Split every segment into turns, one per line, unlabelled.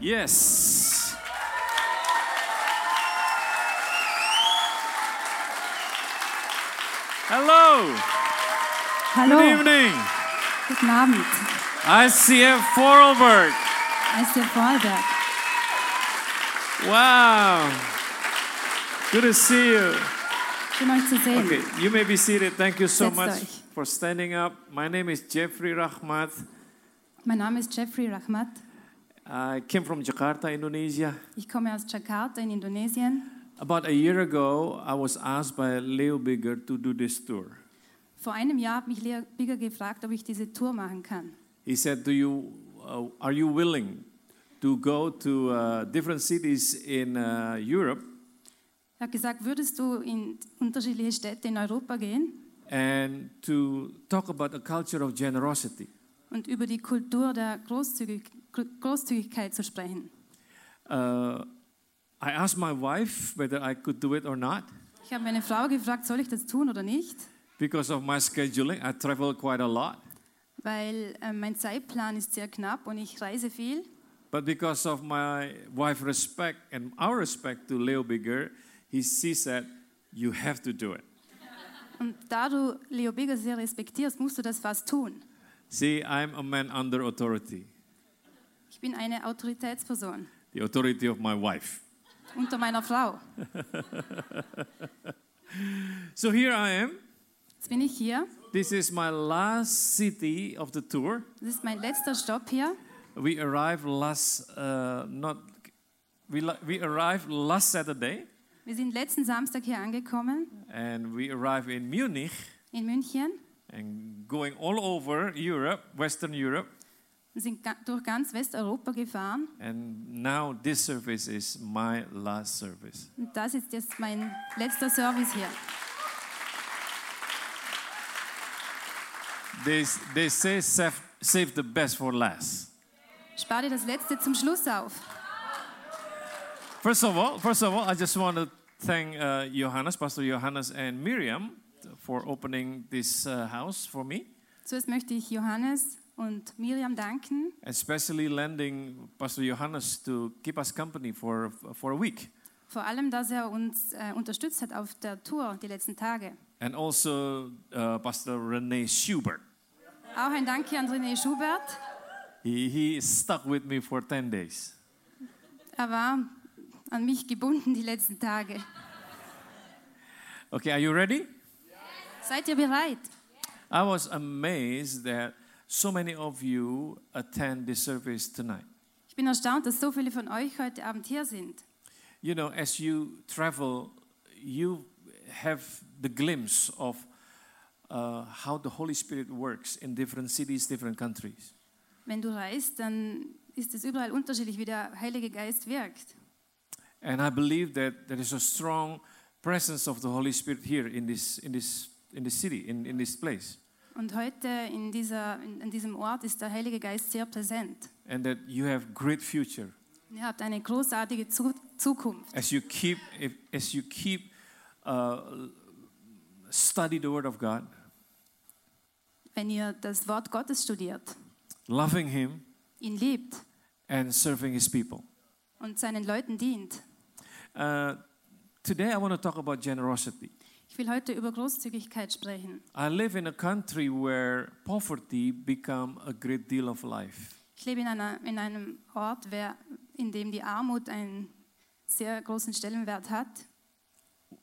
Yes. Hello.
Hallo,
Good evening.
guten Abend.
ICF Vorarlberg.
Meister Vorarlberg.
Wow. Good to see you.
Schön euch zu sehen.
Okay, you may be seated. Thank you so
Setzt
much
euch.
for standing up. My name is Jeffrey Rahmat.
Mein Name ist Jeffrey Rahmat.
I came from Jakarta, Indonesia.
Ich komme aus Jakarta in Indonesien.
About a year ago, I was asked by Leo Bigger to do this tour.
Vor einem Jahr hat mich Lea Bigger gefragt, ob ich diese Tour machen kann.
He said, "Do you uh, are you willing to go to uh, different cities in uh, Europe
Er hat gesagt, würdest du in unterschiedliche Städte in Europa gehen
and to talk about a culture of generosity?"
und über die Kultur der Großzügig Großzügigkeit zu sprechen?
Uh, I asked my wife whether I could do it or not
Ich habe meine Frau gefragt, soll ich das tun oder nicht?
because of my scheduling. I travel quite a lot,
Weil äh, mein Zeitplan ist sehr knapp und ich reise viel.
but because of my wife's respect and our respect to Leo Bigger, he she said, "You have to do it."
Und da du Leo Bigger sehr respektierst, musst du das fast tun.
See, I'm a man under authority,
Ich bin eine Autoritätsperson
the authority of my wife.
unter meiner Frau.
So here I am.
Jetzt bin ich hier.
This is my last city of the tour.
Das ist mein letzter Stopp hier.
We arrived last uh, not we la- we arrived last Saturday
Wir sind letzten Samstag hier angekommen
and we arrived in Munich
in München
and going all over Europe, Western Europe.
und sind ga- durch ganz Westeuropa gefahren.
And now this service ist my last service.
Und das ist jetzt mein letzter Service hier.
They, s- they say save, save the best for last.
Spare dir das letzte zum Schluss auf.
First of all, first of all, I just want to thank uh, Johannes, Pastor Johannes, and Miriam for opening this uh, house for me.
Zuerst möchte ich Johannes und Miriam danken,
especially lending Pastor Johannes to keep us company for, for a week.
vor allem, dass er uns äh, unterstützt hat auf der Tour die letzten Tage.
And also uh, Pastor Rene Schubert.
Auch ein Dank hier an René Schubert.
He, he stuck with me for 10 days.
Er war an mich gebunden die letzten Tage.
Okay, are you ready?
Seid ihr bereit?
I was amazed that so many of you attend this service tonight.
Ich bin erstaunt, dass so viele von euch heute Abend hier sind.
You know, as you travel, you have the glimpse of uh, how the Holy Spirit works in different cities, different countries.
Wenn du reist, dann ist es überall unterschiedlich, wie der Heilige Geist wirkt.
And I believe that there is a strong presence of the Holy Spirit here in this, in this, in this city, in, in this place.
Und heute in, dieser, in, in diesem Ort ist der Heilige Geist sehr präsent.
And that you have great future
Und Ihr habt eine großartige Zu Zukunft.
as you keep, if, as you keep uh, study the Word of God,
Wenn ihr das Wort Gottes studiert,
loving Him
ihn liebt
and serving His people.
und seinen Leuten dient.
Uh, today I want to talk about generosity.
Ich will heute über Großzügigkeit sprechen.
I live in a country where poverty become a great deal of life.
Ich lebe in, einer, in einem Ort, wer, in dem die Armut einen sehr großen Stellenwert hat.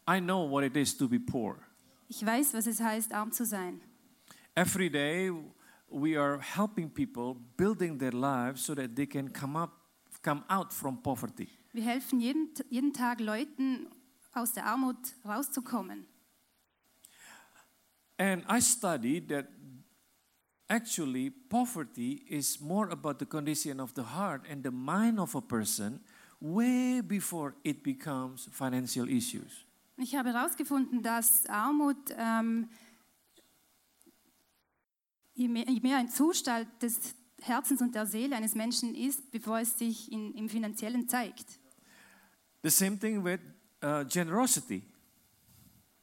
I know what it is to be poor.
Ich weiß, was es heißt, arm zu sein.
Every day we are helping people building their lives so that they can come up come out from poverty.
Wir helfen jeden, jeden Tag Leuten aus der Armut rauszukommen.
And I studied that actually poverty is more about the condition of the heart and the mind of a person way before it becomes financial issues.
Ich habe herausgefunden, dass Armut ähm, je, mehr, je mehr ein Zustand des Herzens und der Seele eines Menschen ist, bevor es sich in, im Finanziellen zeigt.
The same thing with uh, generosity.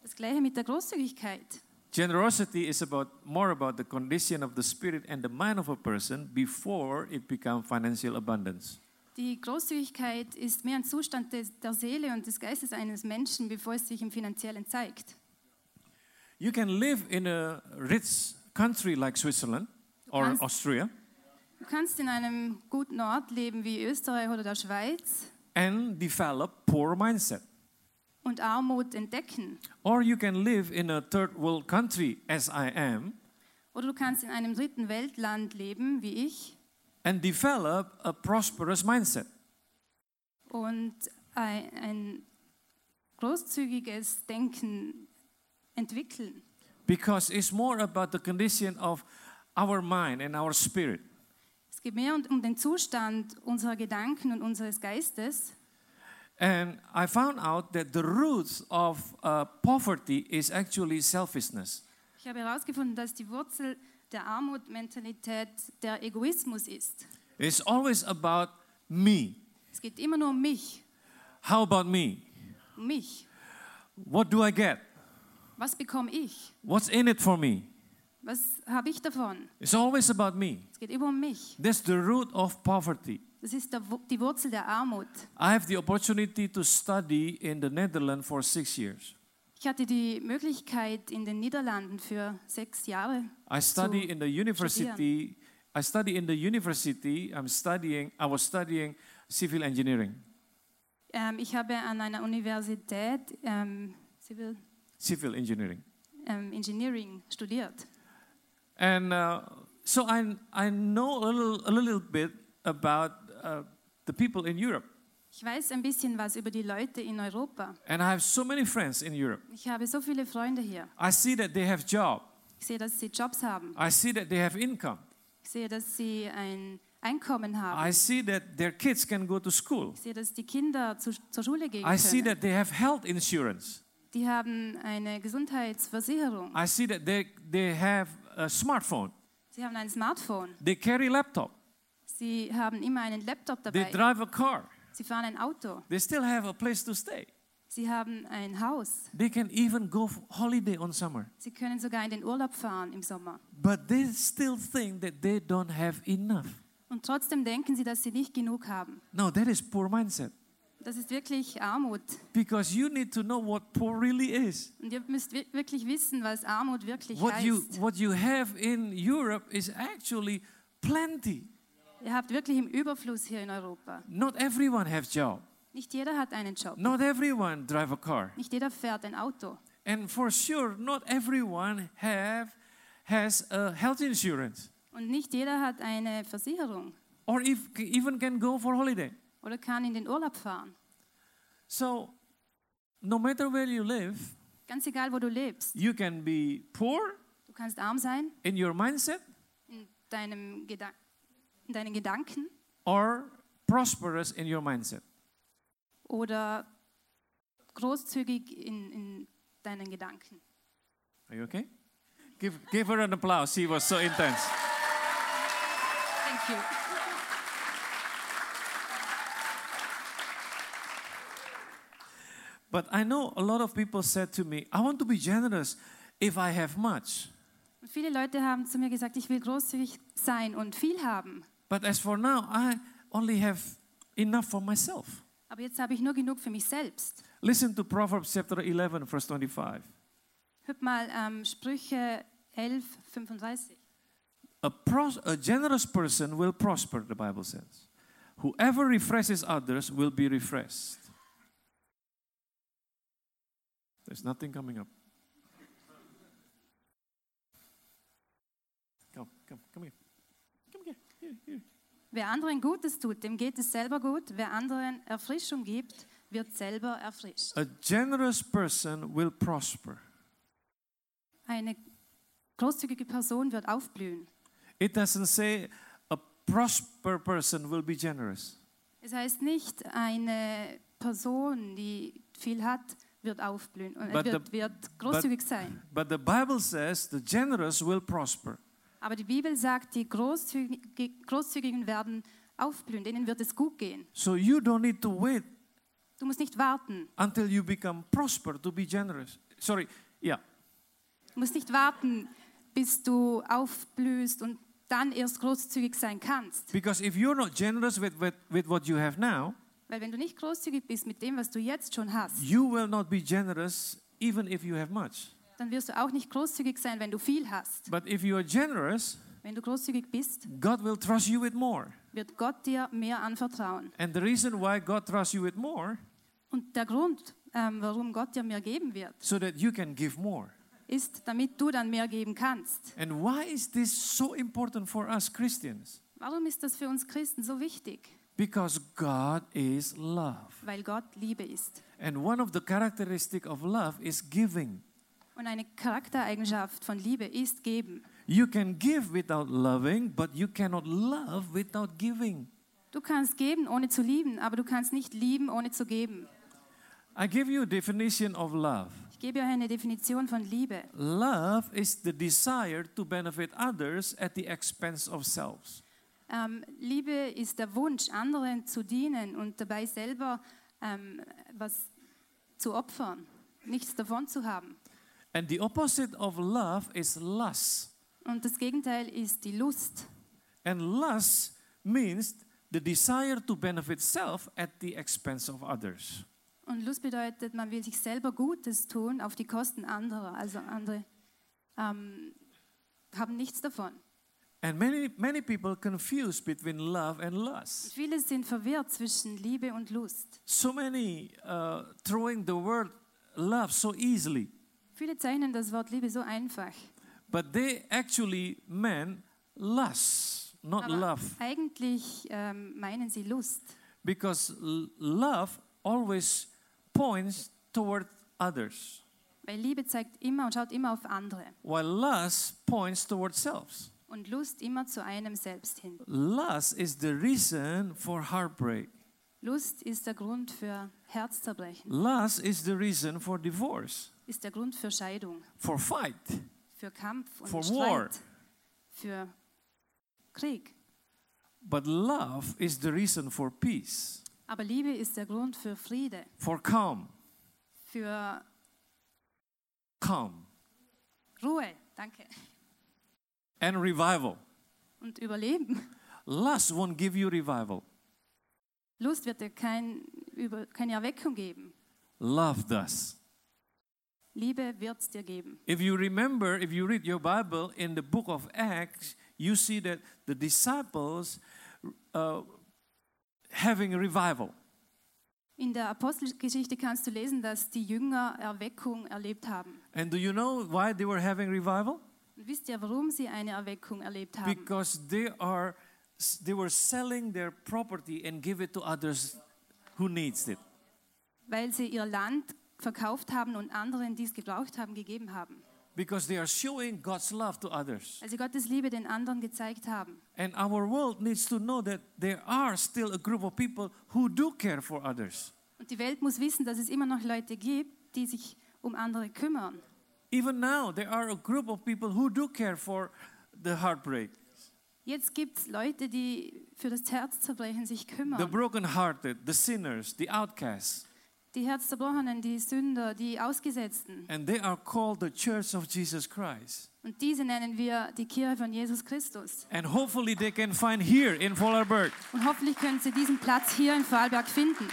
Das gleiche mit der Großzügigkeit.
Generosity is about more about the condition of the spirit and the mind of a person before it becomes financial abundance.
Die Großzügigkeit ist mehr ein Zustand des, der Seele und des Geistes eines Menschen, bevor es sich im Finanziellen zeigt.
You can live in a rich country like Switzerland or
Yes.
Austria
Du kannst in einem guten Ort leben wie Österreich oder der Schweiz
and develop poor mindset.
und Armut entdecken.
Or you can live in a third world country as I am
Oder du kannst in einem dritten Weltland leben wie ich
and develop a prosperous mindset.
und ein, ein großzügiges Denken entwickeln.
Because it's more about the condition of our mind and our spirit.
Es geht mehr und- um den Zustand unserer Gedanken und unseres Geistes.
And I found out that the roots of uh, poverty is actually selfishness.
Ich habe herausgefunden, dass die Wurzel der Armutmentalität der Egoismus ist.
It's always about me.
Es geht immer nur um mich,
How about me?
um mich.
What do I get?
Was bekomme ich?
What's in it for me?
Was habe ich davon?
It's always about me.
Es geht immer um mich.
That's the root of poverty.
Das ist der, Wu- die Wurzel der Armut.
I have the opportunity to study in the Netherlands for six years.
Ich hatte die Möglichkeit in den Niederlanden für sechs Jahre.
I study
So,
in the university. I study in the university. I'm studying. I was studying civil engineering,
Ähm, ich habe an einer Universität ähm, Civil
civil engineering,
ähm, Engineering studiert.
and uh, so I I know a little, a little bit about uh, the people in Europe,
Ich weiß ein bisschen was über die Leute in Europa.
and I have so many friends in Europe.
Ich habe so viele Freunde hier.
I see that they have job.
Ich sehe, dass sie Jobs haben.
I see that they have income.
Ich sehe, dass sie ein Einkommen haben.
I see that their kids can go to school.
Ich sehe, dass die Kinder zu, zur Schule gehen
I see
können.
that they have health insurance.
Die haben eine Gesundheitsversicherung.
I see that they, they have a smartphone.
Sie haben ein Smartphone.
They carry laptop.
Sie haben immer einen Laptop
They
dabei.
drive a car.
Sie fahren ein Auto.
They still have a place to stay.
Sie haben ein Haus.
They can even go for holiday on summer.
Sie können sogar in den Urlaub fahren im Sommer.
But they still think that they don't have enough.
Und trotzdem denken sie, dass sie nicht genug haben.
No, that is poor mindset.
Das ist wirklich Armut.
Because you need to know what poor really is.
Und ihr müsst wir- wirklich wissen, was Armut wirklich
What
heißt.
you what you have in Europe is actually plenty.
Ihr habt wirklich im Überfluss hier in Europa.
Not everyone have job.
Nicht jeder hat einen Job.
Not everyone drive a car.
Nicht jeder fährt ein Auto.
And for sure, not everyone have has a health insurance
Und nicht jeder hat eine Versicherung
or if, even can go for holiday.
oder kann in den Urlaub fahren.
So, no matter where you live,
Ganz egal, wo du lebst.
you can be poor
Du kannst arm sein
in your mindset
in, deinem Gedank in deinen Gedanken
or prosperous in your mindset.
oder großzügig in, in deinen Gedanken.
Are you okay? Give, give her an applause. She was so intense.
Thank you.
But I know a lot of people said to me, I want to be generous if I have much.
Und viele Leute haben zu mir gesagt, ich will großzügig sein und viel haben.
But as for now, I only have enough for myself.
Aber jetzt habe ich nur genug für mich selbst.
Listen to Proverbs chapter 11, verse 25.
Hört mal ähm, Sprüche 11, 35.
A, pros- a generous person will prosper, the Bible says. Whoever refreshes others will be refreshed. There's nothing coming up. Come, come, come here. Come here. here, here.
Wer anderen Gutes tut, dem geht es selber gut. Wer anderen Erfrischung gibt, wird selber erfrischt.
A generous person will prosper.
Eine großzügige Person wird aufblühen.
It doesn't say a prosper person will be generous.
Es heißt nicht, eine Person, die viel hat, wird aufblühen und
But
wird,
the-
wird großzügig sein.
But the Bible says the generous will prosper.
Aber die Bibel sagt, die Großzügi- Großzügigen werden aufblühen, denen wird es gut gehen.
So you don't need to wait
Du musst nicht warten.
until you become prosper to be generous. Sorry, yeah.
Du musst nicht warten, bis du aufblühst und dann erst großzügig sein kannst.
Because if you're not generous with, with, with what you have now,
Weil wenn du nicht großzügig bist mit dem, was du jetzt schon hast,
you will not be generous even if you have much.
dann wirst du auch nicht großzügig sein, wenn du viel hast.
But if you are generous,
Wenn du großzügig bist,
God will trust you with more.
wird Gott dir mehr anvertrauen.
And the reason why God trusts you with more,
Und der Grund, ähm, warum Gott dir mehr geben wird,
so that you can give more.
ist, damit du dann mehr geben kannst.
And why is this so important for us Christians?
Warum ist das für uns Christen so wichtig?
Because God is love.
Weil Gott Liebe ist.
And one of the characteristic of love is giving.
Und eine Charaktereigenschaft von Liebe ist geben.
You can give without loving, but you cannot love without giving.
Du kannst geben, ohne zu lieben, aber du kannst nicht lieben, ohne zu geben.
I give you a definition of love.
Ich gebe euch eine Definition von Liebe.
Love is the desire to benefit others at the expense of selves.
Ähm, Liebe ist der Wunsch, anderen zu dienen und dabei selber ähm, was zu opfern, nichts davon zu haben.
And the opposite of love is lust.
Und das Gegenteil ist die Lust.
And lust means the desire to benefit self at the expense of others.
Und Lust bedeutet, man will sich selber Gutes tun auf die Kosten anderer. Also andere ähm, haben nichts davon.
And many, many people confuse between love and lust.
Viele sind verwirrt zwischen Liebe und Lust.
So many uh, throwing the word love so easily,
Viele zeichnen das Wort Liebe so einfach.
but they actually meant lust, not
Aber
love.
eigentlich ähm, meinen sie Lust.
Because l- love always points toward others,
Weil Liebe zeigt immer und schaut immer auf andere.
while lust points toward selves.
Und Lust immer zu einem selbst hin.
Lust is the reason for heartbreak.
Lust ist der Grund für Herzzerbrechen,
Lust is the reason for divorce,
ist der Grund für Scheidung,
for fight.
für Kampf und
For war.
Streit, für Krieg.
But love is the reason for peace,
Aber Liebe ist der Grund für Friede,
for calm,
für
calm,
Ruhe, danke,
and revival.
und Überleben.
Lust won't give you revival.
Lust wird dir kein, über, keine Erweckung geben.
Love does.
Liebe wird es dir geben.
If you remember, if you read your Bible in the book of Acts, you see that the disciples uh, having revival.
In der Apostelgeschichte kannst du lesen, dass die Jünger Erweckung erlebt haben.
And do you know why they were having revival?
Und wisst ihr, warum sie eine Erweckung erlebt haben?
Because they are they were selling their property and give it to others who needs it.
Weil sie ihr Land verkauft haben und anderen, die es gebraucht haben, gegeben haben.
because they are showing God's love to others.
Weil sie Gottes Liebe den anderen gezeigt haben.
And our world needs to know that there are still a group of people who do care for others.
Und die Welt muss wissen, dass es immer noch Leute gibt, die sich um andere kümmern.
Even now, there are a group of people who do care for the heartbreak,
Jetzt gibt es Leute, die für das Herzzerbrechen sich
the
kümmern.
broken-hearted, the sinners, the outcasts,
Die Herzzerbrochenen, die Sünder, die Ausgesetzten.
and they are called the Church of Jesus Christ.
Und diese nennen wir die Kirche von Jesus Christus.
And hopefully, they can find here in Vorarlberg
Und hoffentlich können Sie diesen Platz hier in Vorarlberg finden,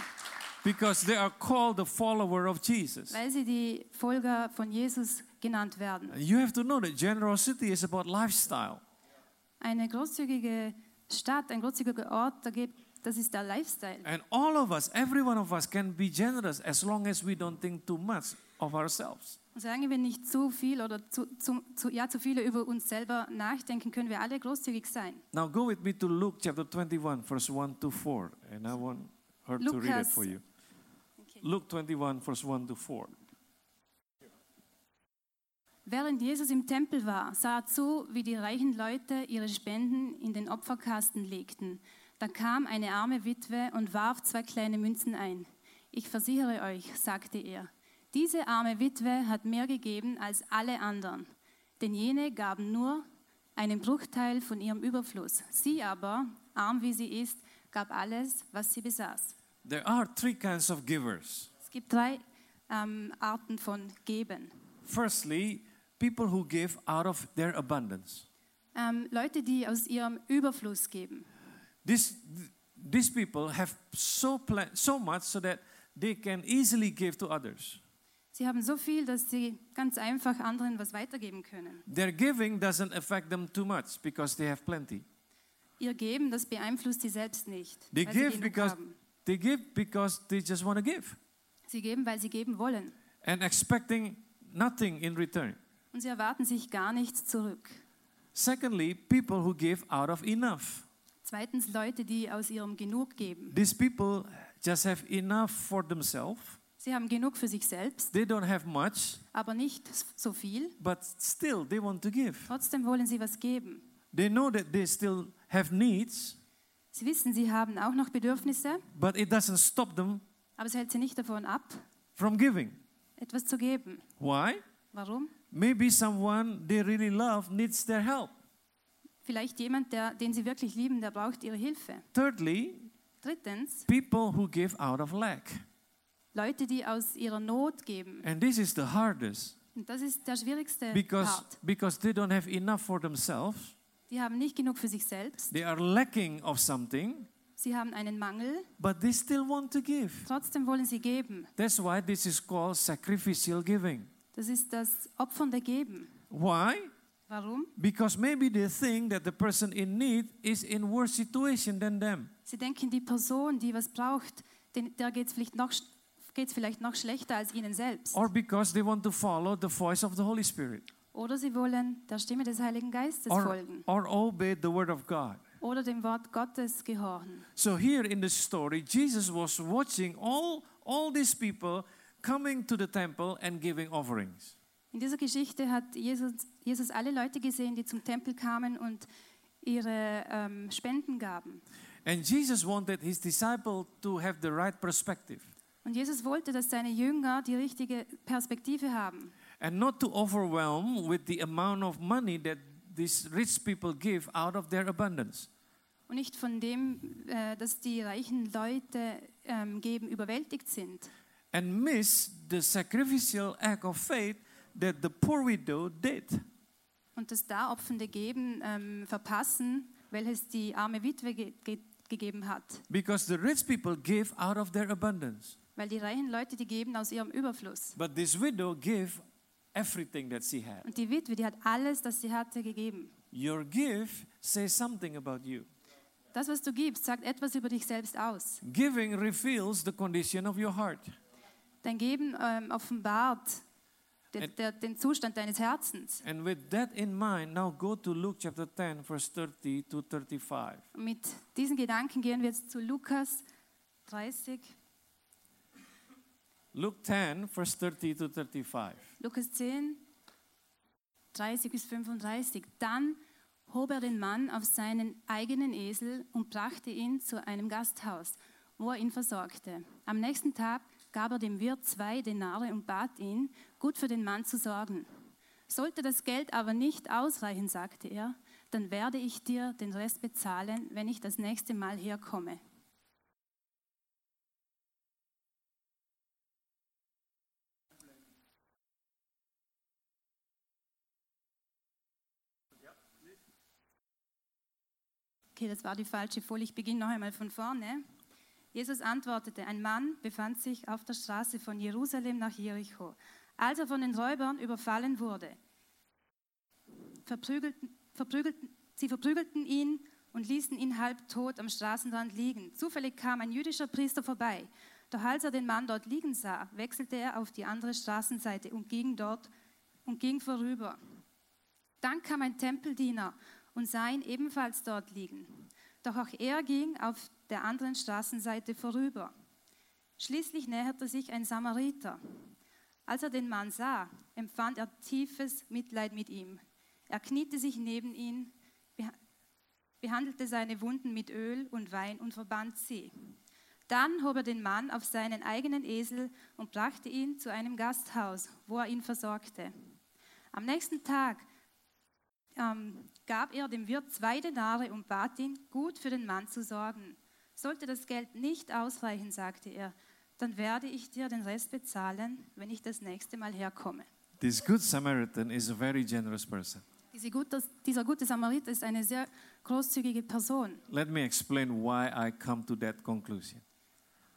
because they are called the follower of Jesus.
weil Sie die Folger von Jesus genannt werden.
You have to know that generosity is about lifestyle.
Eine großzügige Stadt, ein großzügiger Ort, da geht, das ist der Lifestyle.
And all of us, every one of us, can be generous as long as we don't think too much of ourselves.
Und solange wir nicht zu viel oder zu, zu, zu, ja, zu viele über uns selber nachdenken, können wir alle großzügig sein.
Now go with me to Luke chapter 21, verse 1 to 4. And I want her to read it
Lucas.
for you. Luke 21, verse 1 to 4.
Während Jesus im Tempel war, sah er zu, wie die reichen Leute ihre Spenden in den Opferkasten legten. Da kam eine arme Witwe und warf zwei kleine Münzen ein. Ich versichere euch, sagte er, diese arme Witwe hat mehr gegeben als alle anderen, denn jene gaben nur einen Bruchteil von ihrem Überfluss. Sie aber, arm wie sie ist, gab alles, was sie besaß.
There are three kinds of givers.
Es gibt drei ähm, Arten von Geben.
Firstly, people who give out of their abundance.
Ähm, Leute, die aus ihrem Überfluss geben.
This, th- these people have so, pla- so much so that they can easily give to others.
Sie haben so viel, dass sie ganz einfach anderen was weitergeben können.
Their giving doesn't affect them too much because they have plenty.
Ihr Geben, das beeinflusst sie selbst nicht.
They
weil sie
give
genug
because
haben.
they give because they just want to give
sie geben, weil sie geben wollen.
and expecting nothing in return.
Und sie erwarten sich gar nichts zurück.
Secondly, people who give out of enough.
Zweitens Leute, die aus ihrem Genug geben.
These people just have enough for themselves.
Sie haben genug für sich selbst,
They don't have much,
aber nicht so viel.
but still they want to give.
Trotzdem wollen sie was geben.
They know that they still have needs,
Sie wissen, sie haben auch noch Bedürfnisse,
but it doesn't stop them
aber es hält sie nicht davon ab,
from giving.
etwas zu geben.
Why?
Warum?
Maybe someone they really love needs their help.
Vielleicht jemand, der, den sie wirklich lieben, der braucht ihre Hilfe.
Thirdly,
Drittens,
people who give out of lack.
Leute, die aus ihrer Not geben.
And this is the hardest
Und das ist der schwierigste
because,
Part.
because they don't have enough for themselves.
Die haben nicht genug für sich selbst.
They are lacking of something,
Sie haben einen Mangel.
but they still want to give.
Trotzdem wollen sie geben.
That's why this is called sacrificial giving.
Das ist das opfernde Geben.
Why?
Warum?
Because maybe they think that the person in need is in worse situation than them.
Sie denken, die Person, die was braucht, den, der geht es vielleicht, noch sch- geht's vielleicht noch schlechter als ihnen selbst.
Or because they want to follow the voice of the Holy Spirit.
Oder sie wollen der Stimme des Heiligen Geistes
Or,
folgen.
or obey the word of God.
Oder dem Wort Gottes gehorchen.
So here in the story, Jesus was watching all, all these people coming to the temple and giving offerings.
In dieser Geschichte hat Jesus, Jesus alle Leute gesehen, die zum Tempel kamen und ihre ähm, Spenden gaben.
And Jesus wanted his disciple to have the right perspective
Und Jesus wollte, dass seine Jünger die richtige Perspektive haben
and not to overwhelm with the amount of money that these rich people give out of their abundance.
und nicht von dem, äh, dass die reichen Leute ähm, geben, überwältigt sind
and miss the sacrificial act of faith that the poor widow did.
und das daropfende Geben ähm, verpassen, welches die arme Witwe ge ge gegeben hat.
Because the rich people give out of their abundance,
Weil die reichen Leute, die geben aus ihrem Überfluss.
but this widow gave everything that she had.
Und die Witwe, die hat alles, das sie hatte, gegeben.
Your gift says something about you.
Das, was du gibst, sagt etwas über dich selbst aus.
Giving reveals the condition of your heart.
Dein Geben ähm, offenbart de
And-
der, den Zustand deines Herzens.
And with that in mind, now go to Luke chapter 10, verse 30 to 35.
Mit diesen Gedanken gehen wir jetzt zu Lukas 30,
Luke 10, verse 30 to 35.
Lukas 10, 30 bis 35. Dann hob er den Mann auf seinen eigenen Esel und brachte ihn zu einem Gasthaus, wo er ihn versorgte. Am nächsten Tag gab er dem Wirt zwei Denare und bat ihn, gut für den Mann zu sorgen. Sollte das Geld aber nicht ausreichen, sagte er, dann werde ich dir den Rest bezahlen, wenn ich das nächste Mal herkomme. Okay, das war die falsche Folie. Ich beginne noch einmal von vorne. Jesus antwortete, ein Mann befand sich auf der Straße von Jerusalem nach Jericho, als er von den Räubern überfallen wurde. Verprügelten, verprügelten, sie verprügelten ihn und ließen ihn halbtot am Straßenrand liegen. Zufällig kam ein jüdischer Priester vorbei. Doch als er den Mann dort liegen sah, wechselte er auf die andere Straßenseite und ging dort und ging vorüber. Dann kam ein Tempeldiener und sah ihn ebenfalls dort liegen. Doch auch er ging auf der anderen Straßenseite vorüber. Schließlich näherte sich ein Samariter. Als er den Mann sah, empfand er tiefes Mitleid mit ihm. Er kniete sich neben ihn, beha- behandelte seine Wunden mit Öl und Wein und verband sie. Dann hob er den Mann auf seinen eigenen Esel und brachte ihn zu einem Gasthaus, wo er ihn versorgte. Am nächsten Tag ähm, gab er dem Wirt zwei Denare und bat ihn, gut für den Mann zu sorgen. Sollte das Geld nicht ausreichen, sagte er, dann werde ich dir den Rest bezahlen, wenn ich das nächste Mal herkomme.
This Good Samaritan is a very generous person.
Diese gute, dieser gute Samariter ist eine sehr großzügige Person.
Let me explain why I come to that conclusion.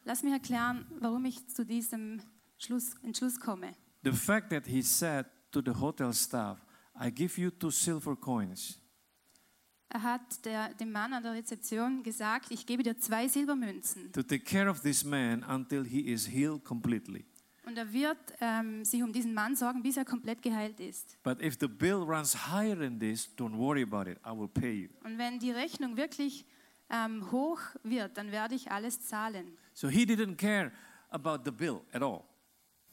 Lass mich erklären, warum ich zu diesem Schluss, Entschluss komme.
The fact that he said to the hotel staff, I give you two silver coins.
Er hat der, dem Mann an der Rezeption gesagt, ich gebe dir zwei Silbermünzen.
to take care of this man until he is healed completely.
Und er wird ähm, sich um diesen Mann sorgen, bis er komplett geheilt ist.
But if the bill runs higher than this, don't worry about it. I will pay you.
Und wenn die Rechnung wirklich ähm, hoch wird, dann werde ich alles zahlen.
So he didn't care about the bill at all.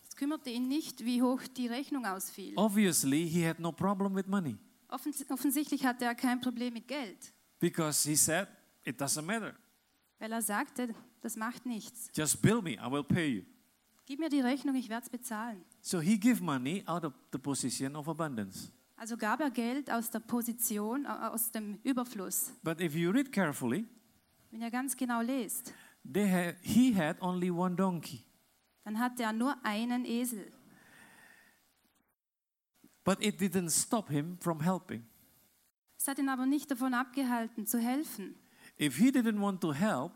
Es kümmerte ihn nicht, wie hoch die Rechnung ausfiel.
Oh. Obviously, he had no problem with money
Offens offensichtlich hatte er kein Problem mit Geld,
because he said, It doesn't matter.
weil er sagte, das macht nichts.
Just bill me. I will pay you.
Gib mir die Rechnung, ich werde es bezahlen.
So he gave money out of the position of abundance.
Also gab er Geld aus der Position, au- aus dem Überfluss.
But if you read carefully,
Wenn ihr ganz genau lest,
they had, he had only one donkey.
dann hatte er nur einen Esel.
But it didn't stop him from helping.
Es hat ihn aber nicht davon abgehalten, zu helfen.
If he didn't want to help,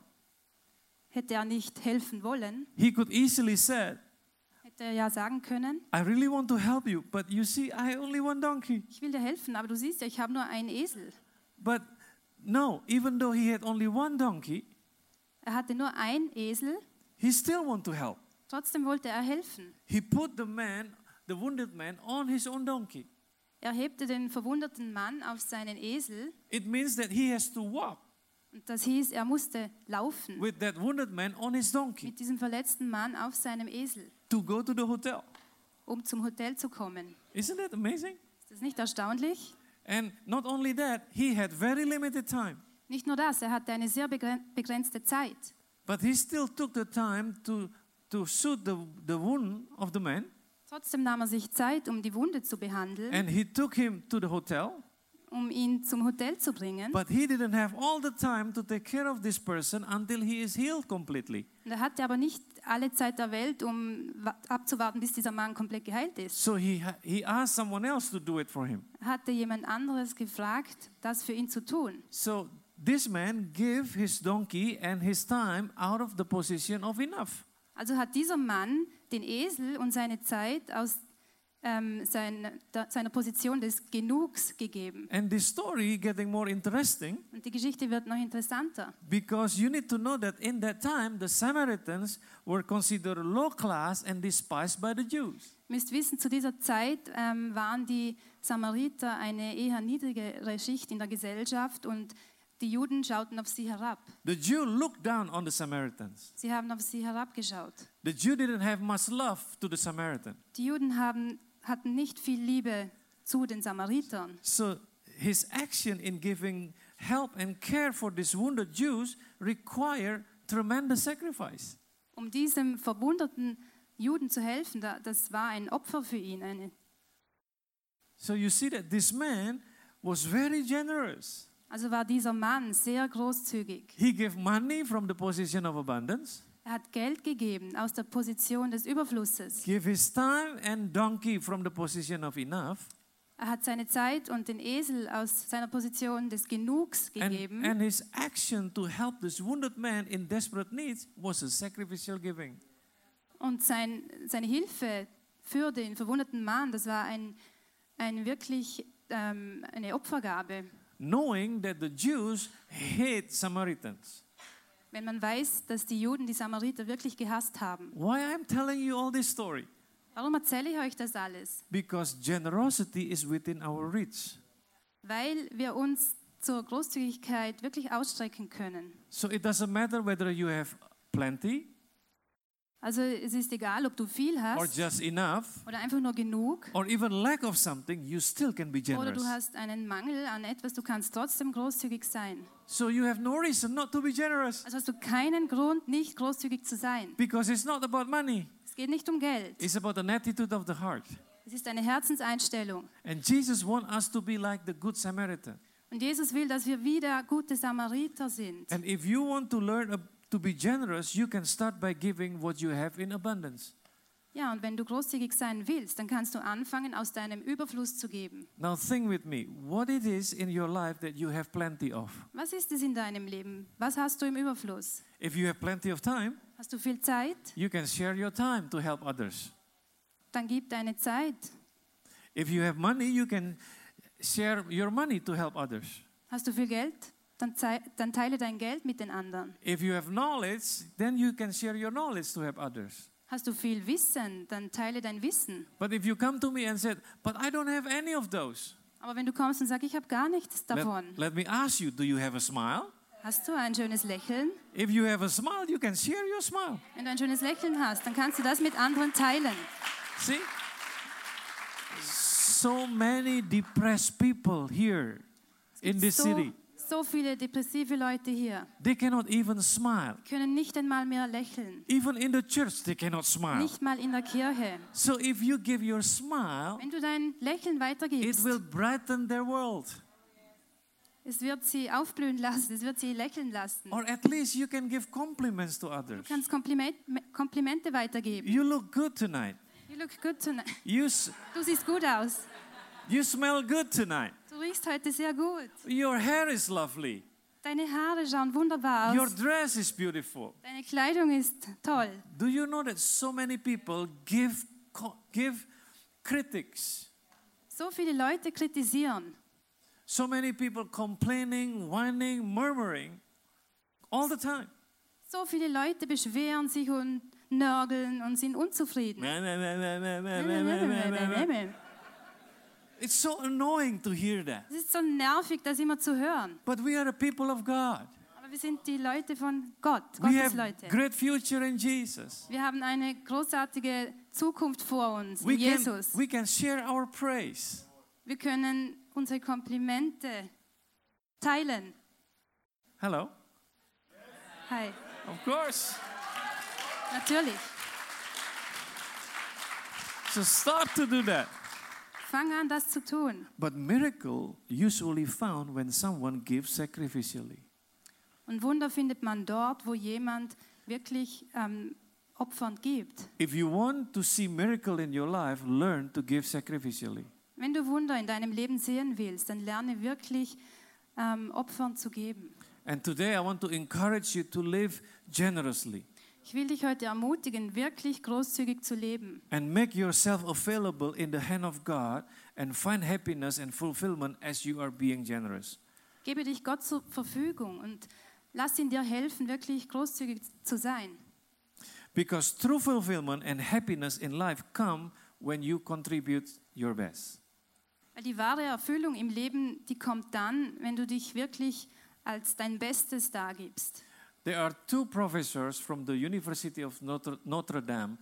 Hätte er nicht helfen wollen,
he could easily said,
hätte er ja sagen können,
I really want to help you, but you see, I only one donkey.
ich will dir helfen, aber du siehst ja, ich habe nur einen Esel.
But no, even though he had only one donkey,
Er hatte nur einen Esel,
he still want to help.
trotzdem wollte er helfen.
He put the man, the wounded man, on his own donkey.
Er hebte den verwunderten Mann auf seinen Esel
It means that he has to walk
und das hieß, er musste laufen
with that wounded man on his donkey
mit diesem verletzten Mann auf seinem Esel,
to go to the hotel.
um zum Hotel zu kommen.
Isn't that amazing?
Ist das nicht erstaunlich?
And not only that, he had very limited time,
Nicht nur das, er hatte eine sehr begren- begrenzte Zeit,
but he still took the time to, to suit the, the wound of the man
Trotzdem nahm er sich Zeit, um die Wunde zu behandeln,
and he took him to the hotel
um ihn zum Hotel zu bringen.
But he didn't have all the time to take care of this person until he is healed completely.
Und er hatte aber nicht alle Zeit der Welt, um wa- abzuwarten, bis dieser Mann komplett geheilt ist.
So he, ha- he asked someone else to do it for him.
Er hatte jemand anderes gefragt, das für ihn zu tun.
So this man gave his donkey and his time out of the position of enough.
Also hat dieser Mann den Esel und seine Zeit aus ähm, sein, da, seiner Position des Genugs gegeben.
And this story getting more interesting
Und die Geschichte wird noch interessanter.
because you need to know that in that time the Samaritans were considered low class and despised by the Jews.
Ihr müsst wissen, zu dieser Zeit ähm, waren die Samariter eine eher niedrigere Schicht in der Gesellschaft und die Juden schauten auf sie herab.
The Jew looked down on the Samaritans.
Sie haben auf sie herabgeschaut.
The Jew didn't have much love to the Samaritan.
Die Juden haben, hatten nicht viel Liebe zu den Samaritern.
So his action in giving help and care for these wounded Jews require tremendous sacrifice.
Um diesem verwundeten Juden zu helfen, da- das war ein Opfer für ihn. Eine.
So you see that this man was very generous.
Also war dieser Mann sehr großzügig.
He gave money from the position of abundance,
Er hat Geld gegeben aus der Position des Überflusses.
gave his time and donkey from the position of enough,
Er hat seine Zeit und den Esel aus seiner Position des Genugs
and,
gegeben.
and his action to help this wounded man in desperate needs was a sacrificial giving.
Und sein, seine Hilfe für den verwundeten Mann, das war ein, ein wirklich ähm, eine Opfergabe.
Knowing that the Jews hate Samaritans.
Wenn man weiß, dass die Juden die Samariter wirklich gehasst haben.
Why I'm telling you all this story?
Warum erzähle ich euch das alles?
Because generosity is within our reach.
Weil wir uns zur Großzügigkeit wirklich ausstrecken können.
So it doesn't matter whether you have plenty
Also es ist egal, ob du viel
or
hast
just enough
oder einfach nur genug
or even lack of something, you still can be
oder
generous.
du hast einen Mangel an etwas, du kannst trotzdem großzügig sein.
So you have no reason not to be generous
Also hast du keinen Grund, nicht großzügig zu sein.
because it's not about money.
Es geht nicht um Geld.
It's about an attitude of the heart.
Es ist eine Herzenseinstellung.
And Jesus wants us to be like the Good Samaritan.
Und Jesus will, dass wir wieder gute Samariter sind.
And if you want to learn uh, to be generous, you can start by giving what you have in abundance.
Ja, und wenn du großzügig sein willst, dann kannst du anfangen, aus deinem Überfluss zu geben.
Now think with me, what it is in your life that you have plenty of?
Was ist es in deinem Leben? Was hast du im Überfluss?
If you have plenty of time,
Hast du viel Zeit?
you can share your time to help others.
Dann gib deine Zeit.
If you have money, you can share your money to help others.
Hast du viel Geld? Dann, zei- dann teile dein Geld mit den anderen.
If you have knowledge, then you can share your knowledge to help others.
Hast du viel Wissen? Dann teile dein Wissen.
But if you come to me and said, "But I don't have any of those,"
Aber wenn du kommst und sagst, ich habe gar nichts
let,
davon,
let me ask you: Do you have a smile?
hast du ein schönes Lächeln?
If you have a smile, you can share your smile.
Wenn du ein schönes Lächeln hast, dann kannst du das mit anderen teilen.
See, so many depressed people here in this
So,
city.
so viele depressive Leute hier.
They cannot even smile.
können nicht einmal mehr lächeln.
Even in the church, they cannot smile.
Nicht mal in der Kirche.
So if you give your smile,
Wenn du dein Lächeln
it
weitergibst,
will brighten their world.
es wird sie aufblühen lassen, es wird sie lächeln lassen.
Or at least you can give compliments to
Du
others.
kannst Kompliment, Komplimente weitergeben.
You look good tonight.
You look good tonight.
You, s-
Du siehst gut aus.
you smell good tonight.
Du riechst heute sehr gut.
Your hair is lovely.
Deine Haare schauen wunderbar
Your
aus.
dress is beautiful.
Deine Kleidung ist toll.
Do you know that so many people give co- give critics?
So viele Leute kritisieren.
So many people complaining, whining, murmuring all the time.
So viele Leute beschweren sich und nörgeln und sind unzufrieden.
Meh, meh, meh, meh, meh, meh, meh, meh, meh, meh, meh.
Es
It's so annoying to hear that.
ist so nervig, das immer zu hören.
But we are the people of God.
Aber wir sind die Leute von Gott,
We
Gottes
have
Leute.
great future in Jesus.
Wir haben eine großartige Zukunft vor uns
We
in
can,
Jesus.
we can share our praise.
Wir können unsere Komplimente teilen.
Hello?
Hi,
Of course.
natürlich.
So start to do that.
Fang an, das zu tun.
But miracle usually found when someone gives sacrificially.
Und Wunder findet man dort, wo jemand wirklich ähm, opfernd gibt.
If you want to see miracle in your life, learn to give sacrificially.
Wenn du Wunder in deinem Leben sehen willst, dann lerne wirklich ähm, opfernd zu geben.
And today I want to encourage you to live generously
Ich will dich heute ermutigen, wirklich großzügig zu leben.
and make yourself available in the hand of God and find happiness and fulfillment as you are being generous.
Gebe dich Gott zur Verfügung und lass ihn dir helfen, wirklich großzügig zu sein.
Because true fulfillment and happiness in life come when you contribute your best.
Weil die wahre Erfüllung im Leben, die kommt dann, wenn du dich wirklich als dein Bestes dargibst.
There are two professors from the University of Notre, Notre Dame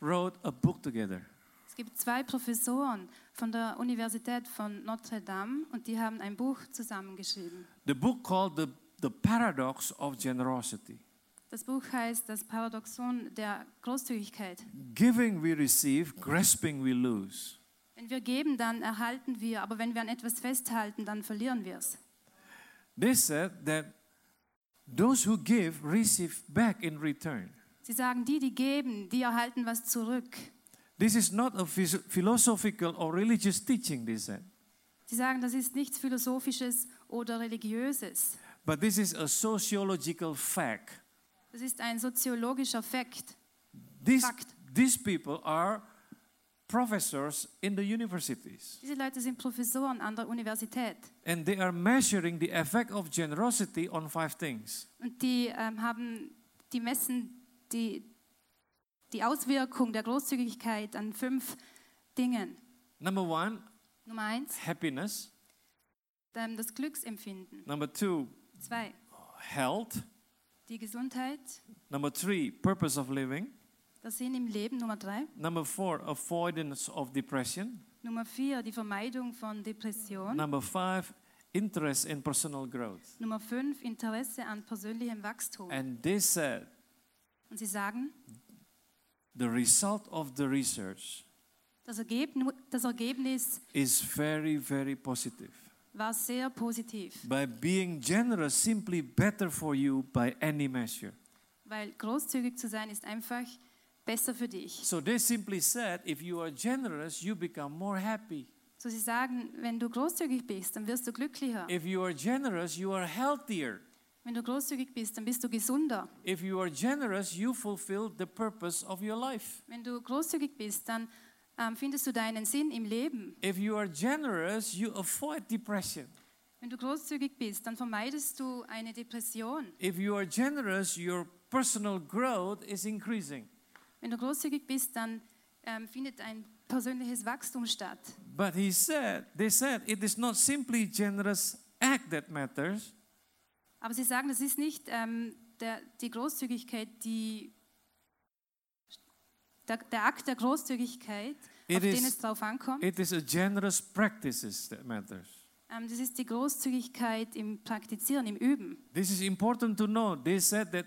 wrote a book together.
Es gibt zwei Professoren von der Universität von Notre Dame und die haben ein Buch zusammengeschrieben.
The book called The, the Paradox of Generosity.
Das Buch heißt Das Paradoxon der Großzügigkeit.
Giving we receive, grasping we lose.
Wenn wir geben, dann erhalten wir, aber wenn wir an etwas festhalten, dann verlieren wir es.
They said that those who give receive back in return.
Sie sagen, die, die geben, die erhalten was zurück.
This is not a phys- philosophical or religious teaching, they said,
Sie sagen, das ist nichts Philosophisches oder Religiöses.
but this is a sociological fact.
Das ist ein soziologischer Fakt.
These,
Fact.
these people are professors in the universities,
Diese Leute sind Professoren an der Universität
and they are measuring the effect of generosity on five things.
und die ähm, haben, die messen die, die Auswirkung der Großzügigkeit an fünf Dingen.
Number one,
Nummer eins,
happiness.
ähm, das Glücksempfinden.
Number two,
Zwei,
health.
die Gesundheit,
Number three, purpose of living.
das Sinn im Leben. Nummer drei.
Number four, avoidance of depression.
Nummer vier, die Vermeidung von Depression.
Number five, interest in personal growth.
Nummer fünf, Interesse an persönlichem Wachstum.
And they said
Und sie sagen,
the result of the research
das, Ergebn das Ergebnis
is very, very positive.
war sehr positiv,
By being generous, simply better for you by any measure.
weil großzügig zu sein ist einfach besser für dich.
So they simply said if you are generous, you become more happy.
So sie sagen, wenn du großzügig bist, dann wirst du glücklicher.
If you are generous, you are healthier.
Wenn du großzügig bist, dann bist du gesunder.
If you are generous, you fulfill the purpose of your life.
Wenn du großzügig bist, dann ähm, findest du deinen Sinn im Leben.
If you are generous, you avoid depression.
Wenn du großzügig bist, dann vermeidest du eine Depression.
If you are generous, your personal growth is increasing.
Wenn du großzügig bist, dann ähm, findet ein persönliches Wachstum statt.
But he said, they said, it is not simply generous act that matters,
Aber sie sagen, das ist nicht ähm, der, die Großzügigkeit, die, der, der Akt der Großzügigkeit,
It
auf den
is-
es drauf ankommt.
it is a generous practices that matters.
ähm, das ist die Großzügigkeit im Praktizieren, im Üben.
This is important to know. They said that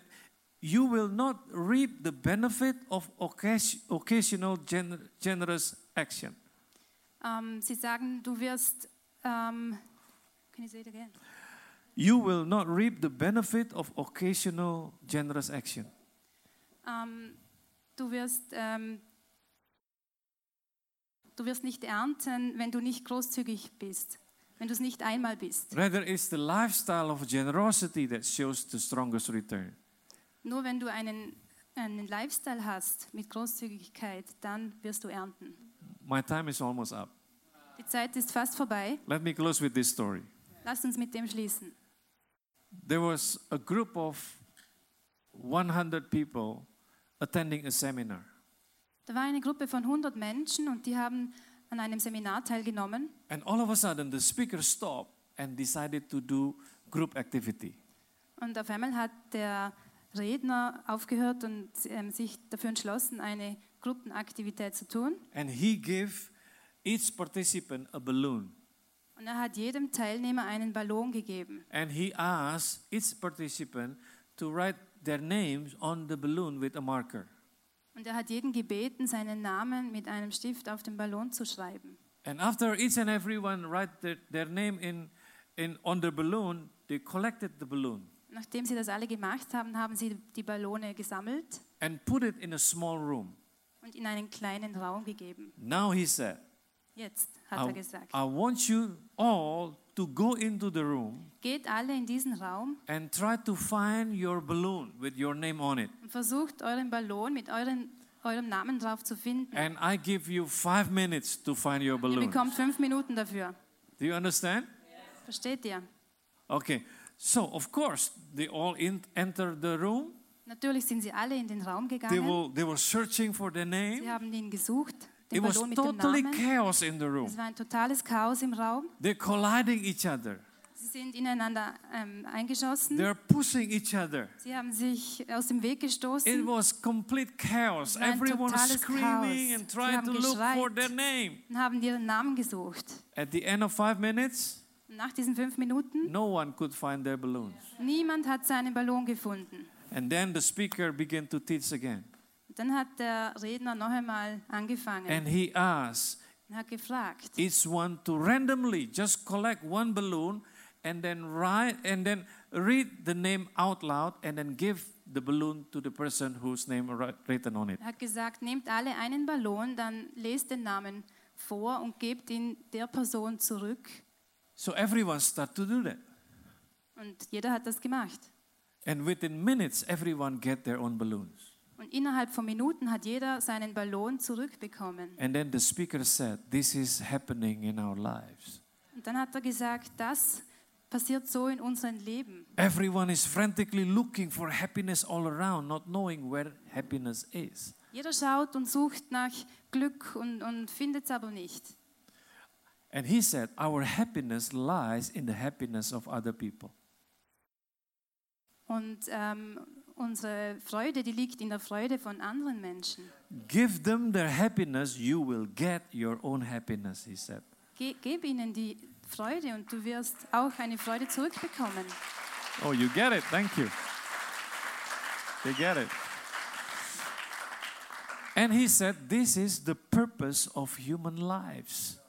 you will not reap the benefit of occas- occasional gen- generous action.
Ähm, sie sagen, du wirst. Ähm, can you say it again?
You will not reap the benefit of occasional generous action.
Ähm, du wirst. Ähm, Du wirst nicht ernten, wenn du nicht großzügig bist, wenn du es nicht einmal bist.
Rather, it's the lifestyle of generosity that shows the strongest return.
Nur wenn du einen, einen Lifestyle hast mit Großzügigkeit, dann wirst du ernten.
My time is almost up.
Die Zeit ist fast vorbei.
Let me close with this story.
Lasst uns mit dem schließen.
There was a group of 100 people attending a seminar.
Da war eine Gruppe von 100 Menschen und die haben an einem Seminar teilgenommen.
And all of a sudden, the speaker stopped and decided to do group activity.
Und auf einmal hat der Redner aufgehört und ähm, sich dafür entschlossen, eine Gruppenaktivität zu tun.
And he gave each participant a balloon.
Und er hat jedem Teilnehmer einen Ballon gegeben.
And he asked each participant to write their names on the balloon with a marker.
Und er hat jeden gebeten, seinen Namen mit einem Stift auf den Ballon zu schreiben.
And after each and everyone write their, their name in, in, on the balloon, they collected the balloon
Nachdem sie das alle gemacht haben, haben sie die Ballone gesammelt
and put it in a small room.
und in einen kleinen Raum gegeben.
Now he said,
Jetzt hat
I,
er gesagt,
I want you all to go into the room
geht alle in diesen Raum
and try to find your balloon with your name on it.
und versucht euren Ballon mit euren, eurem Namen drauf zu finden.
And I give you five minutes to find your
Ihr
balloon.
bekommt fünf Minuten dafür.
Do you understand?
Versteht ihr?
Okay. So, of course, they all in, enter the room.
Natürlich sind sie alle in den Raum
They
gegangen.
were, they were searching for the
Sie
name.
haben ihn gesucht,
It
den
was
Ballon mit dem
totally
Namen.
chaos in the room.
Es war ein totales Chaos im Raum.
They're colliding each other.
Sie sind ineinander ähm, eingeschossen.
They're pushing each other.
Sie haben sich aus dem Weg
It
gestoßen
was complete chaos.
war ein
Everyone
totales
screaming
Chaos.
and
Sie
trying
haben
to look for
geschreit.
their name.
und haben ihren Namen gesucht.
At the end of five minutes,
Und nach diesen fünf Minuten,
no one could find their balloons.
niemand hat seinen Ballon gefunden.
And then the speaker began to teach again.
Und dann hat der Redner noch einmal angefangen
And he asked
und hat gefragt.
each one to randomly just collect one balloon and then write and then read the name out loud and then give the balloon to the person whose name wri- written on it.
Er hat gesagt, nehmt alle einen Ballon, dann lest den Namen vor und gebt ihn der Person zurück.
So everyone started to do that.
Und jeder hat das gemacht.
And within minutes, everyone get their own balloons.
Und innerhalb von Minuten hat jeder seinen Ballon zurückbekommen.
And then the speaker said, This is happening in our lives.
Und dann hat er gesagt, das passiert so in unserem Leben.
Everyone is frantically looking for happiness all around, not knowing where happiness is.
Jeder schaut und sucht nach Glück und, und findet es aber nicht.
And he said, Our happiness lies in the happiness of other people.
Und ähm, unsere Freude, die liegt in der Freude von anderen Menschen.
Give them their happiness, you will get your own happiness, he said.
Ge gib ihnen die Freude und du wirst auch eine Freude zurückbekommen.
Oh, you get it. Thank you. They get it. And he said, This is the purpose of human lives.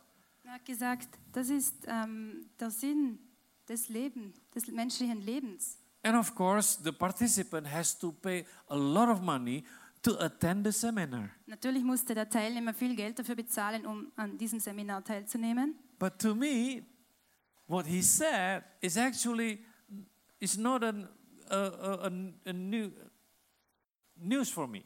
Er hat gesagt, das ist ähm, der Sinn des Lebens, des menschlichen Lebens.
And of course, the participant has to pay a lot of money to attend the seminar.
Natürlich musste der Teilnehmer viel Geld dafür bezahlen, um an diesem Seminar teilzunehmen.
But to me, what he said is actually it's not an, a, a, a- a new news for me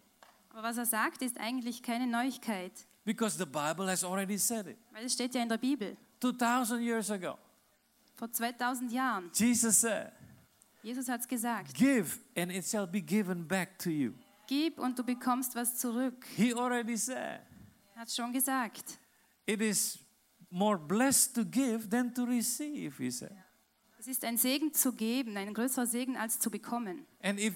Aber was er sagt, ist eigentlich keine Neuigkeit,
because the Bible has already said it
weil es steht ja in der Bibel.
2000 years ago.
Vor 2000 Jahren,
Jesus said,
Jesus hat es gesagt,
"Give and it shall be given back to you."
gib und du bekommst was zurück.
He already said,
Er hat schon gesagt.
"It is more blessed to give than to receive," he said.
Es ist ein Segen zu geben, ein größerer Segen als zu bekommen.
And if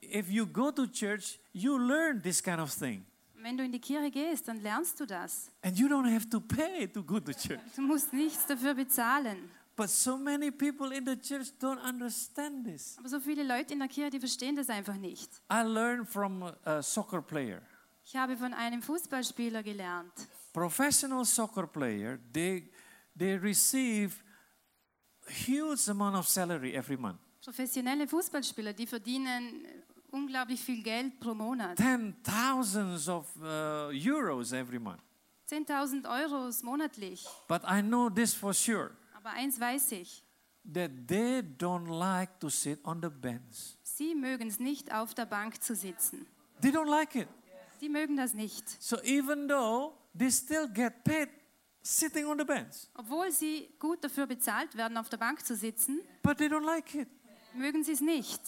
if you go to church, you learn this kind of thing.
Und wenn du in die Kirche gehst, dann lernst du das.
And you don't have to pay to go to church.
Du musst nichts dafür bezahlen.
But so many people in the church don't understand this.
Aber so viele Leute in der Kirche, die verstehen das einfach nicht.
I learned from a soccer player,
Ich habe von einem Fußballspieler gelernt.
professional soccer player. They they receive huge amount of salary every month,
Professionelle Fußballspieler, die verdienen unglaublich viel Geld pro Monat.
ten thousands of uh, euros every month.
10.000 Euros monatlich.
But I know this for sure
Aber eins weiß ich,
that they don't like to sit on the bench.
sie mögen es nicht, auf der Bank zu sitzen.
They don't like it.
Sie mögen das nicht.
So even though they still get paid sitting on the bench,
Obwohl sie gut dafür bezahlt werden, auf der Bank zu sitzen,
but they don't like it.
mögen sie es nicht.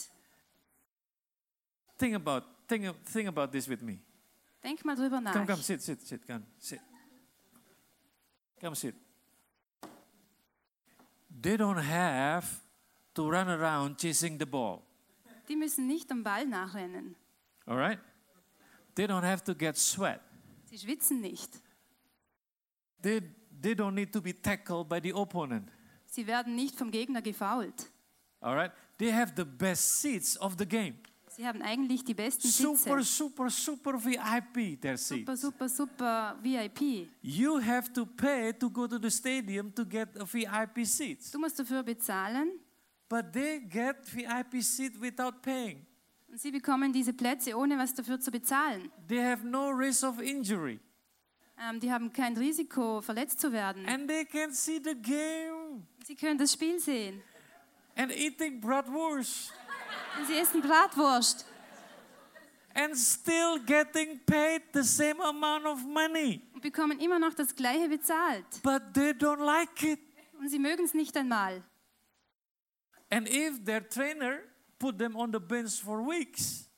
Think about think, of- think about this with me.
Denk mal drüber
Come, come,
nach.
sit, sit, sit, come, sit. Come, sit. They don't have to run around chasing the ball,
Die müssen nicht am Ball nachrennen.
all right? They don't have to get sweat.
Sie schwitzen nicht.
They, they don't need to be tackled by the opponent,
Sie werden nicht vom Gegner gefault.
all right? They have the best seats of the game.
Sie haben eigentlich die besten
Super,
Sitze.
super, super VIP their seat.
Super, super, super VIP.
You have to pay to go to the stadium to get a VIP seat.
Du musst dafür bezahlen
But they get VIP seat without paying.
und sie bekommen diese Plätze, ohne was dafür zu bezahlen.
They have no risk of injury.
Ähm, die haben kein Risiko, verletzt zu werden.
And they can see the game
Sie können das Spiel sehen.
and eating bratwurst
Und sie essen Bratwurst
and still getting paid the same amount of money.
und bekommen immer noch das Gleiche bezahlt.
But they don't like it.
Und sie mögen es nicht einmal.
And if their trainer put them on the bench for weeks,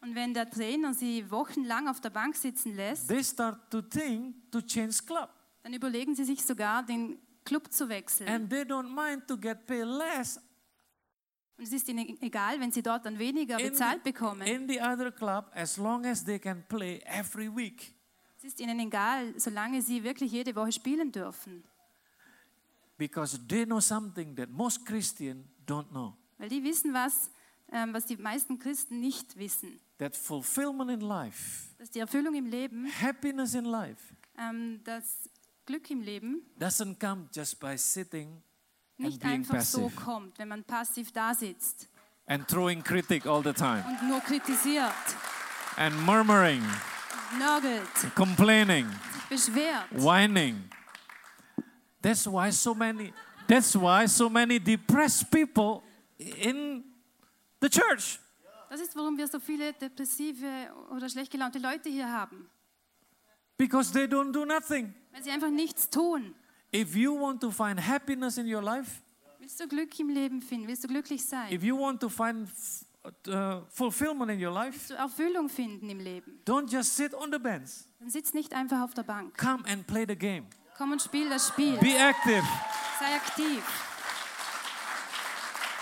Und wenn der Trainer sie wochenlang auf der Bank sitzen lässt,
they start to think to change club.
dann überlegen sie sich sogar, den Club zu wechseln.
And they don't mind to get paid less
Und es ist ihnen egal, wenn sie dort dann weniger bezahlt bekommen.
in the other club as long as they can play every week.
Es ist ihnen egal, solange sie wirklich jede Woche spielen dürfen.
Because they know something that most Christians don't know.
Weil die wissen was, ähm, was die meisten Christen nicht wissen.
That fulfillment in life,
Dass die Erfüllung im Leben,
happiness in life,
ähm, das Glück im Leben
doesn't come just by sitting and
nicht
being
einfach so
passive
kommt, wenn man passiv da sitzt
and throwing critic all the time
und nur kritisiert,
and murmuring,
nörgelt,
complaining,
sich beschwert.
whining. That's why so many that's why so many depressed people in the church.
Das ist, warum wir so viele depressive oder schlecht gelaunte Leute hier haben,
Because they don't do nothing.
weil sie einfach nichts tun.
If you want to find happiness in your life,
Willst du Glück im Leben finden? Willst du glücklich sein?
if you want to find f- uh, fulfillment in your life,
Willst du Erfüllung finden im Leben?
don't just sit on the bench.
Dann sitz nicht einfach auf der Bank.
Come and play the game.
Komm und spiel das Spiel.
Be active.
Sei aktiv.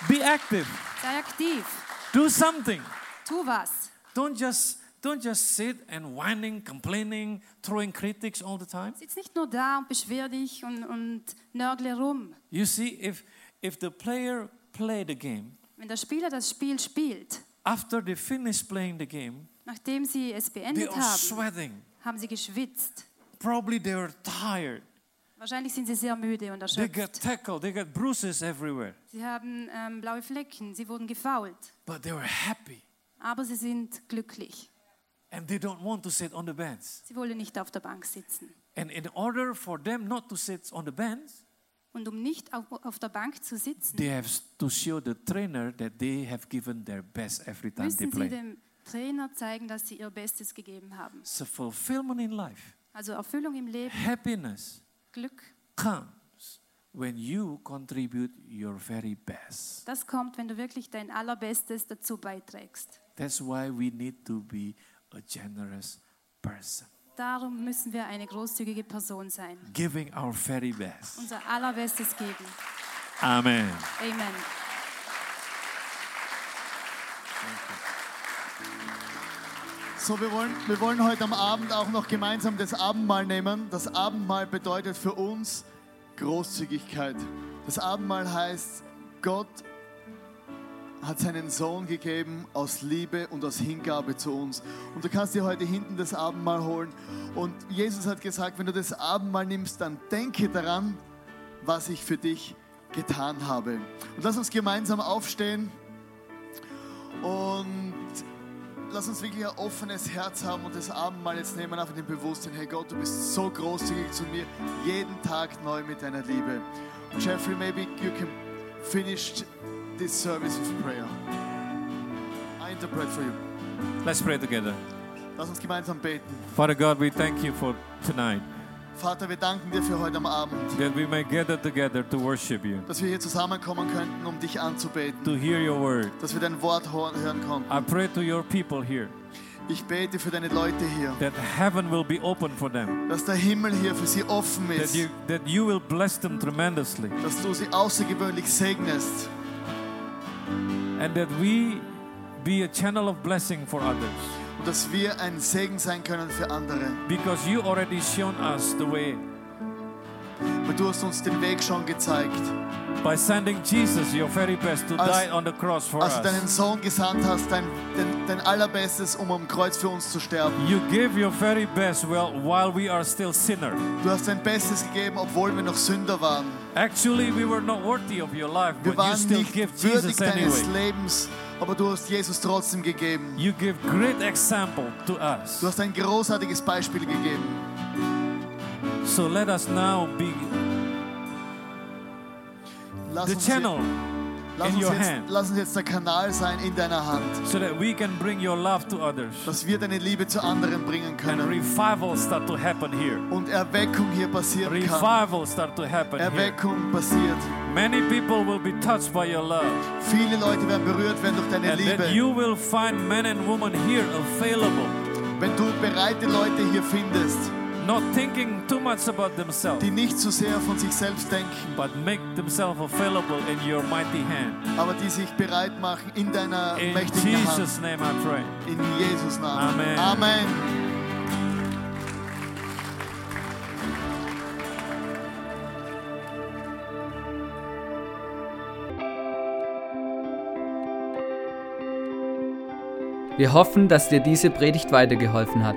Be active.
Sei aktiv.
Do something.
Tu was.
Don't just don't just sit and whining, complaining, throwing critics all the time.
Sitz nicht nur da und beschwer dich und, und nörgle rum.
You see, if if the player play the game,
Wenn der Spieler das Spiel spielt,
after they finish playing the game,
nachdem sie es
they
beendet
are
haben,
sweating.
haben sie geschwitzt.
Probably they are tired.
Wahrscheinlich sind sie sehr müde und
They got
erschöpft.
tackled. They got bruises everywhere.
Sie haben ähm, blaue Flecken, sie wurden gefault,
But they were happy,
aber sie sind glücklich.
and they don't want to sit on the bench.
Sie wollen nicht auf der Bank sitzen.
And in order for them not to sit on the bench,
Und um nicht auf, auf der Bank zu sitzen,
they have to show the trainer that they have given their best every time they
müssen sie
play.
dem Trainer zeigen, dass sie ihr Bestes gegeben haben.
So fulfillment in life,
Also Erfüllung im Leben,
happiness
Glück,
comes when you contribute your very best.
das kommt, wenn du wirklich dein Allerbestes dazu beiträgst.
That's why we need to be a generous person,
Darum müssen wir eine großzügige Person sein.
giving our very best.
Unser Allerbestes geben.
Amen.
Amen.
So, wir wollen, wir wollen heute am Abend auch noch gemeinsam das Abendmahl nehmen. Das Abendmahl bedeutet für uns Großzügigkeit. Das Abendmahl heißt, Gott hat seinen Sohn gegeben aus Liebe und aus Hingabe zu uns. Und du kannst dir heute hinten das Abendmahl holen. Und Jesus hat gesagt, wenn du das Abendmahl nimmst, dann denke daran, was ich für dich getan habe. Und lass uns gemeinsam aufstehen und Lass uns wirklich ein offenes Herz haben und das Abendmahl jetzt nehmen, einfach dem Bewusstsein, hey Gott, du bist so großzügig zu mir, jeden Tag neu mit deiner Liebe. Jeffrey, maybe you can finish this service with prayer. I interpret for you.
Let's pray together.
Lass uns gemeinsam beten.
Father God, we thank you for tonight
Vater, wir danken dir für heute am Abend,
that we may gather together to worship you,
dass wir hier zusammenkommen könnten, um dich anzubeten,
to hear your word.
dass wir dein Wort ho- hören konnten.
I pray to your people here
Ich bete für deine Leute hier,
that heaven will be open for them.
dass der Himmel hier für sie offen
that
ist,
you that you will bless them tremendously
dass du sie außergewöhnlich segnest.
and that we be a channel of blessing for others
und dass wir ein Segen sein können für andere.
because you already shown us the way
Weil du hast uns den Weg schon gezeigt.
by sending Jesus your very best to
Als-
die on the cross for
Als du deinen
us
Sohn gesandt hast, dein, dein, dein Allerbestes, um am Kreuz für uns zu sterben.
you give your very best well while we are still sinner
Du hast dein Bestes gegeben, obwohl wir noch Sünder waren.
actually we were not worthy of your life
Wir
but you
waren
still
nicht
give
würdig
Jesus
deines
anyway
Lebens, aber du hast Jesus trotzdem gegeben.
you give great example to
Du
us
hast ein großartiges Beispiel gegeben.
so let us now be
Lass
the
uns,
channel
jetzt, lass,
in
uns
your
jetzt,
hand.
lass uns jetzt der Kanal sein in deiner Hand,
so that we can bring your love to others
dass wir deine Liebe zu anderen bringen
and
können
revival start to happen here
und Erweckung hier passieren kann.
Revival start to happen here.
Erweckung passiert.
Many people will be touched by your love.
Viele Leute werden berührt werden durch deine
And that
Liebe.
you will find men and women here available.
Wenn du bereite Leute hier findest,
not thinking too much about themselves,
die nicht zu sehr von sich selbst denken,
but make themselves available in your mighty hand.
aber die sich bereit machen in deiner
In
mächtigen Hand.
Jesus' name I pray.
In Jesus Namen.
Amen.
Amen.
Wir hoffen, dass dir diese Predigt weitergeholfen hat.